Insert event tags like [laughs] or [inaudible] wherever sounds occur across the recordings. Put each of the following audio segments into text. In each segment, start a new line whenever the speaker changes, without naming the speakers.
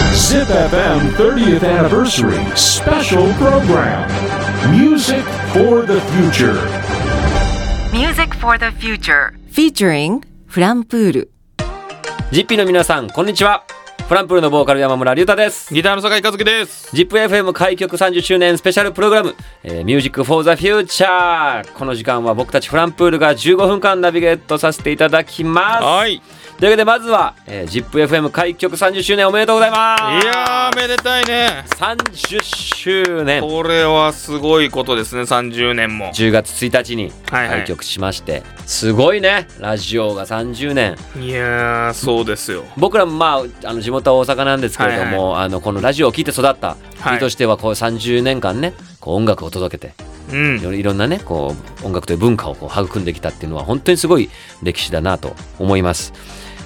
ZipFM 30th Anniversary Special Program Music for the Future
Music for the Future featuring フランプール
ジッピーの皆さんこんにちはフランプールのボーカル山村隆太です
ギターの酒井和樹です。
ジップ f m 開局30周年スペシャルプログラム「えー、Music for the Future」この時間は僕たちフランプールが15分間ナビゲートさせていただきます、
はい。い
というわけでまずは、えー、ジップ f m 開局30周年おめでとうございます
やー、めでたいね。
30周年
これはすごいことですね、30年も。
10月1日に
はいはい
開局しまして、すごいねラジオが30年
いやー、そうですよ。
僕らもまああの地元は大阪なんですけれども、あのこのラジオを聞いて育った身としてはこう30年間ねこう音楽を届けて
うん
い。ろいろんなねこう音楽という文化をこう育んできたっていうのは本当にすごい歴史だなと思います。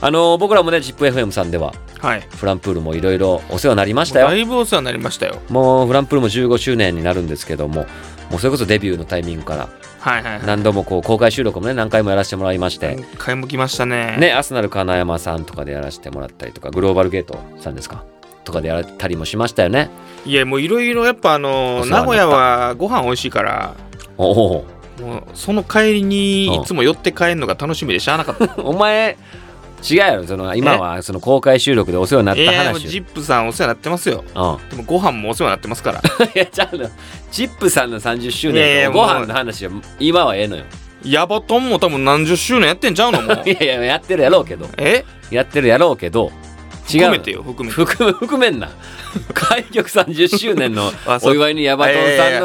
あの僕らもね ZIPFM さんでは
はい。
フランプールもいろいろお世話になりました
だ
よ。
いぶお世話になりましたよ。
もうフランプールも15周年になるんですけどももうそれこそデビューのタイミングから
はいはいはい。
何度もこう公開収録もね何回もやらせてもらいまして
何回も来ましたね。
ね、アスナル金山さんとかでやらせてもらったりとか、グローバルゲートさんですかとかでやったりもしましたよね。
いや、もういろいろやっぱあの
お世話
ー、名
になった
古屋はご飯美味しいから、
おお、 [laughs]
もうその帰りにいつも寄って帰るのが楽しみでしゃあなか
[laughs]
った。
お前、違うやろ、その今はその公開収録でお世話になっ
い
た
やもう
話を。
ジップさんお世話になってますよ。
う
でもご飯もお世話になってますから。 [laughs]
ん、 [laughs] いやちゃうのチップさんの30周
いやい
年
や
とご飯の話は今はええのよ [laughs]
ヤバトンも多分何十周年やってんちゃうのもう
い。やいややってるやろうけど
え
やってるやろうけど違うの
含めてよ、含めて。
含め含め
[laughs]
んな開局30周年の
あそう
お祝いにヤバトンさ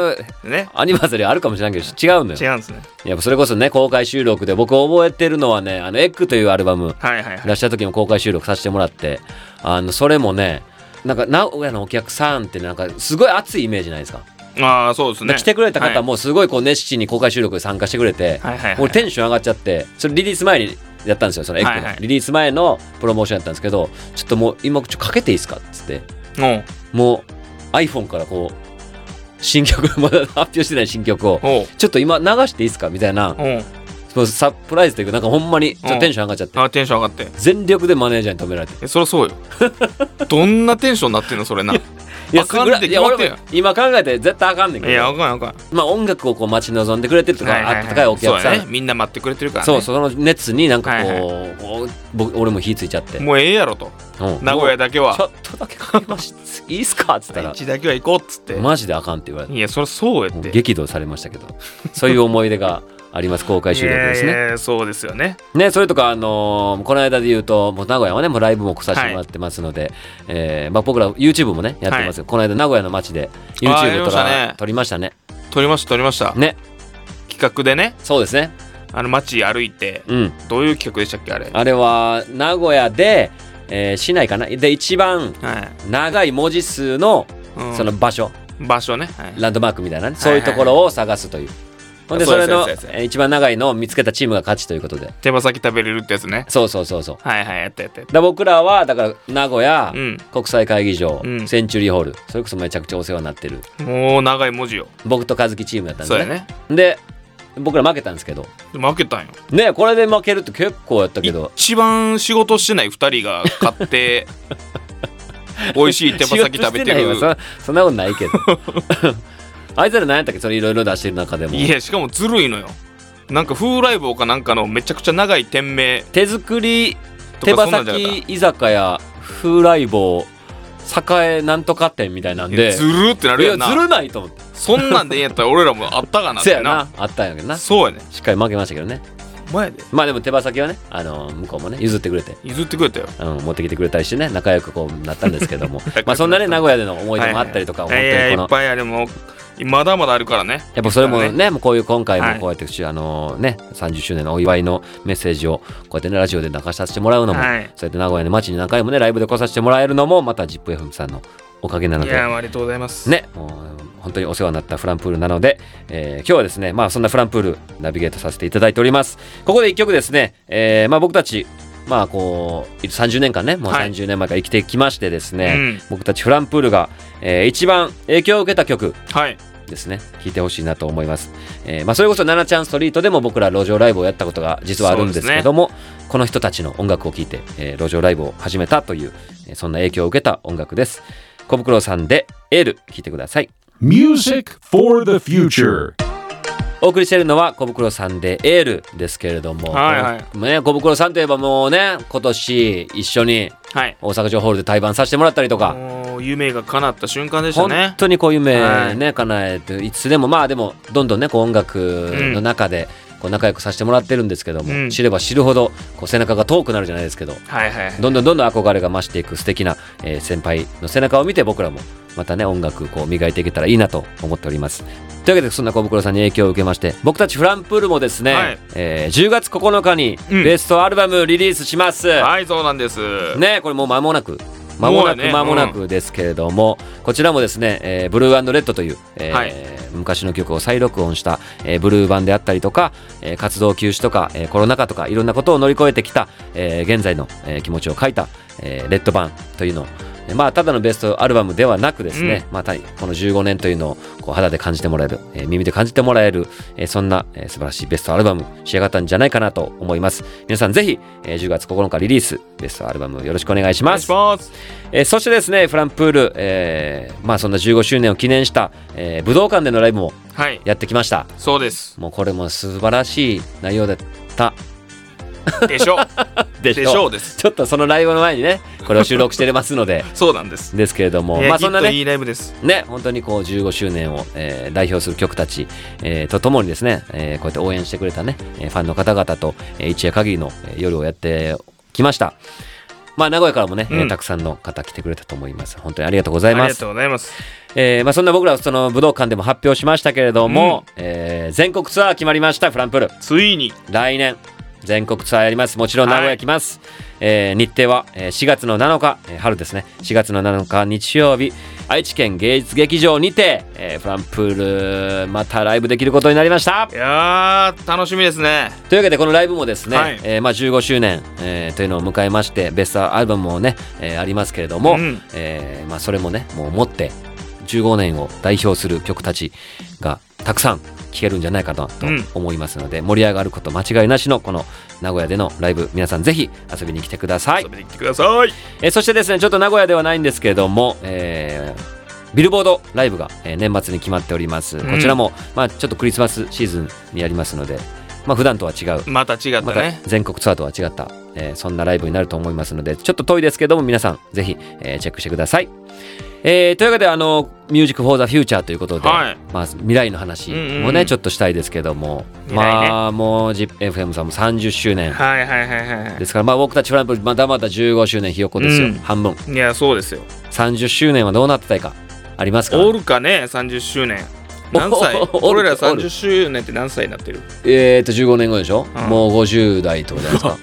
んの
ね。
アニバーサリーあるかもしれないけど違うのよ
違うんですね。
いやそれこそね公開収録で僕覚えてるのはね「あのエッグというアルバム
はいはいはい。
出した時も公開収録させてもらってあのそれもねなんか名古屋のお客さんってなんかすごい熱いイメージないですか
ああそうですね
来てくれた方もすごいこう熱心に公開収録で参加してくれて、
はいはいはい
俺テンション上がっちゃってそれリリース前にやったんですよそのエッグの、
はいはい
リリース前のプロモーションやったんですけどちょっともう今ちょっとかけていいですかっつって
はい
もう iPhone からこう新曲 [laughs] まだ発表してない新曲を
おう
ちょっと今流していいですかみたいな
おうおう
そのサプライズというかなんかほんまにちょっとテンション上がっちゃって
あーテンション上がって
全力でマネージャーに止められて
えそり
[laughs]
ゃそうよどんなテンションになってんのそれない
いや
あかん
すぐら
って
いや
決まってん
俺
や
も今考えて絶対あかんねんけ
やあ
ど
かんあかん
まあ音楽をこう待ち望んでくれてるとか、
はいはいはい
あったかいお客
そ
さ
うんやねみんな待ってくれてるからね
そうその熱になんかこう,、
はい
こう僕俺も火ついちゃって、
もうええやろと
うん
名古屋だけ
もうちょ
は
っとだけかけましいいっすかっつったら
一だけは行こうっつって
マジであかんって言われて
いやそりゃそうや
も
っ
う
て
激怒されましたけどそういう思い出があります公開収録です
い
ね。
やいやそうですよね
ね、それとか、あのーこの間で言うと、もう名古屋はね、もうライブも来させてもらってますので、えーまあ、僕ら YouTube もね、やってますけど、この間名古屋の街で YouTube 撮
あーやりました
ら
ね
撮りましたね。
撮りました撮りました
ね、
企画でね
そうですね。
あの街歩いて
うん。
どういう企画でしたっけあれ
あれは、名古屋で、えー市内かなで、一番
はい
長い文字数の、
うん
その場所、
場所ねはい
ランドマークみたいなね、そういうところを探すという。ほんで、それの、
そう
え
ですそうですそうです
ー一番長いのを見つけたチームが勝ちということで。
手羽先食べれるってやつね
そうそうそうそう。
はいはいやったやったやっ
だ僕らは、だから、名古屋、
たうん
国際会議場、
うん
センチュリーホールそれこそめちゃくちゃお世話になってる
もう長い文字よ
僕と和樹チームだったん
そう
で
や
ね
ね
で僕ら負けたんですけど
で負けたんよ
ねこれで負けるって結構やったけど
一番仕事してない2人が買って
[laughs]
美味しい手羽先食べて
仕事
る
してないわ [laughs] そそんなことないけど [laughs] あいつら何やったっけそれいろいろ出してる中でも
いやしかもずるいのよなんか風来坊かなんかのめちゃくちゃ長い店名
手作り
と
手羽
かそんなんじゃなかっ
先居酒屋風来坊栄なんとか店みたいなん
たいや
で
ずるってないる
や
やん
ず
な
るないと思って
そんなんでええんや
[laughs]
ったら俺らもあったかなっ
せや
て
なあったんやけどなし
そうやね
っかり負けましたけどね
前で
まあでも手羽先はねあの向こうもね譲ってくれて
譲ってくれたよ
うん、持ってきてくれたりしてね仲良くこうなったんですけ
[laughs]
ども
良く
まあそんなね名古屋での思い出もあったりとか、
はいはい
本当に
いやいやいっ
この
ぱいあれもうまだまだあるからね
やっぱそれもね
いっぱ
もうこういう今回
は
も
い
こうやって、あのね30周年のお祝いのメッセージをこうやってねラジオで流しさせてもらうのも、
はい
そうやって名古屋の街に何回もねライブで来させてもらえるのもまた ZIPFM さんのおかげないので
やありがとうございます
ねもう本当にお世話になったフランプールなので、えー今日はですねまあそんなフランプールナビゲートさせていただいておりますここで一曲ですね、えーまあ僕たちまあこう30年間ねもう
はい
30年前から生きてきましてですね、
うん
僕たちフランプールが、えー一番影響を受けた曲
はい
ですね聞いてほしいなと思います、えーまあ、それこそ「ナナちゃんストリート」でも僕ら路上ライブをやったことが実はあるんですけども、この人たちの音楽を聴いて、えー路上ライブを始めたという、えーそんな影響を受けた音楽です小袋さんで「エール」聴いてください
Music for the future.
お送りしているのは小袋さんで「エール」ですけれども、
はいはい
このね、小袋さんといえばもうね今年一緒に
はい
大阪城ホールで対バンさせてもらったりとか、
もう夢が叶った瞬間でした
本
ね
当にこう夢
は
ね叶えていつでもまあでもどんどんねこう音楽の中でこう仲良くさせてもらってるんですけども、
うん
知れば知るほどこう背中が遠くなるじゃないですけど
はいはい
どんどんどんどん憧れが増していく素敵な、えー先輩の背中を見て僕らもまたね音楽こう磨いていけたらいいなと思っておりますというわけでそんな小袋さんに影響を受けまして僕たちフランプールもですね、
はい
えー10月9日に
うん
ベストアルバムリリースします、
はいそうなんです
ねこれもう間もなく間
も
も
う
な
や
く
ね
間もなくですけれども、こちらもですね、えーブルーレッドという、えー
はい
昔の曲を再録音した、えーブルー版であったりとか、えー活動休止とか、えーコロナ禍とかいろんなことを乗り越えてきた、えー現在の、えー気持ちを書いた、えーレッド版というのをえーまあ、ただのベストアルバムではなくですね、またこの15年というのをこう肌で感じてもらえる、えー耳で感じてもらえる、えーそんな、えー素晴らしいベストアルバム仕上がったんじゃないかなと思います皆さんぜひ、えー10月9日リリースベストアルバムよろしくお願いし
お願
ま
いし
す
ます
えーそしてですねフランプール、えーまあそんな15周年を記念した、えー武道館でのライブも
はい
やってきました
そうです
もうこれも素晴らしい内容だった
でしょ
で
でしょうです
ちょっとそのライブの前にねこれを収録してますので [laughs]
そうなんです
ですけれども
いや
まあそんな
きっ
ね
といいライブです
ね、本当にこう15周年を、えー代表する曲たち、えーとともにですね、えーこうやって応援してくれたね、えーファンの方々と、えー一夜限りの、えー夜をやってきました。まあ、名古屋からもね、えー
うん
たくさんの方来てくれたと思います。本当にありがとうござ
あ
い
り
ま
が
す
と。うございます
えーまあ、そんな僕らはその武道館でも発表しましたけれども、えー全国ツアー決まりました、フランプール。
ついに
来年全国ツアーやりますもちろん名古屋来ます、えー日程はえー4月の7日えー春ですね4月の7日日曜日愛知県芸術劇場にて、えーフランプールまたライブできることになりました
いやー楽しみですね
というわけでこのライブもですね、
はい
えーまあ、15周年、えーというのを迎えましてベストアルバムもね、えーありますけれども、
うん
えーまあ、それもねもう持って15年を代表する曲たちがたくさん聴けるんじゃないかなと
うん
思いますので、盛り上がること間違いなしのこの名古屋でのライブ皆さんぜひ遊びに来てください
遊、びに来てください
えーそしてですねちょっと名古屋ではないんですけれども、えービルボードライブが、えー年末に決まっております、
ん
こちらも、まあ、ちょっとクリスマスシーズンにやりますので、まあ普段とは違う
また違っ
ま
た
た
ね
全国ツアーとは違った、えーそんなライブになると思いますのでちょっと遠いですけども皆さんぜひ、えーチェックしてください、えーというわけであの「Music for the Future」ということで、
はい
まあ、未来の話
うんうん
もね、ちょっとしたいですけども、
未来ね
まあもう ZIPFM さんも30周年
はいはいはいはいは
ですから、まあ、僕たちフランプまだまだ15周年ひよこですよ、
うん
半分
いいやそうですよ
30周年はどうなってたいかありますか
おるかね30周年何歳
おおお
俺ら
おる
30周年って何歳になってる
えっと15年後でしょ、
うん
もう50代ってことじゃないですか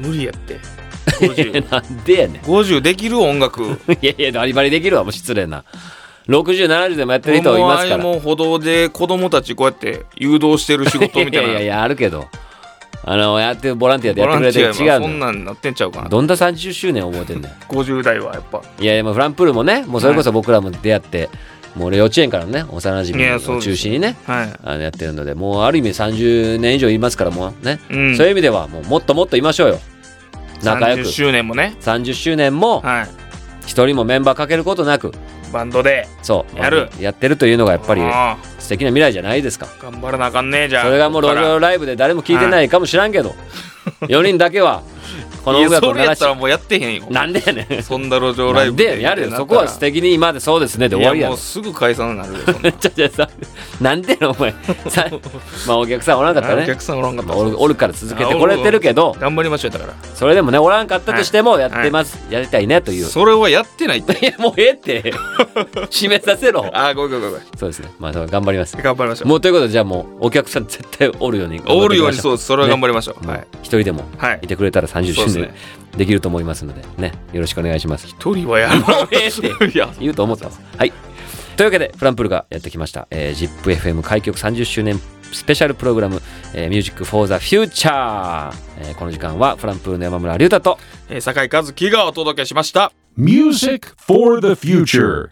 無理やって
え
[laughs] 50,
なんでやねん
50できる音楽
いやいや、バリバリできるわ、もう失礼な。60、70でもやってる人いますから。
もう歩道で子供たちこうやって誘導してる仕事み
いや
たい
い
な
やいや、あるけど。あの、やってるボランティアで
ボ
やって
ラン
く
テ
れて
ィ
る
アや
違
からそ
うんの。
なんなってんちゃうかな
どんな30周年覚えてんだよ。
50代はやっぱ
いやいや、まあフランプールもね、もうそれこそ僕らも出会って、もう俺幼稚園からのね、幼馴
いや
染
そ
を
うです
中心にね、
はい
あのやってるので、もうある意味30年以上いますから、もうね、
うん
そういう意味では、もうもっともっといましょうよ。仲良
30
く。
周年もね
30周年も、
はい
一人もメンバーかけることなく、
バンドで
そう、
やる
やってるというのがやっぱり
あ
素敵な未来じゃないですか。
あ頑張らなあかんねじゃあ
それがもう
こ
路
っから
上ライブで誰も聞いてないかもしらんけど、4人だけはこの
い
音
や
楽を
そ
流
れやっ
した
らもうやってへんよ
なんでやねん。
そんな路上ラ
な
イ
ん
ブ
でやねんやるよ。そこは素敵に今でそうですねで
で
終わりや
も
ろ
う。すぐ解散になるよそんな
ちょちょさなんでやろお
[laughs]
前。さまあお客さんおらんかった
お
ね
客。さんおらんかった
まあおるおるから続けてこれてるけど
頑張りましょうだから
それでもねおらんかったとしてもやってます、やりたいねという。
それはやってないって
[laughs] いやもうええって
[laughs]
締めさせろ。
ああごめんごめんごめん
そうですね。まあそう頑張ります。
頑張りましょう
もうということでじゃあもうお客さん絶対おるように頑張
お
って
る
いき
よう
ま
に
しょ。
そうですそれは頑張りましょう
も
は
う
い
一人でも
はい
いてくれたら30
そう
周
です
年
ね
できると思いますのでねよろしくお願いします
一人は [laughs] や
[laughs]
る
もうええって
いや
言うと思ったわはいというわけでフランプールがやってきました、えー、ZIPFM 開局30周年スペシャルプログラム「えー、Music for the Future、えーこの時間はフランプールの山村隆太と
えー酒井和樹がお届けしました
Music for the future.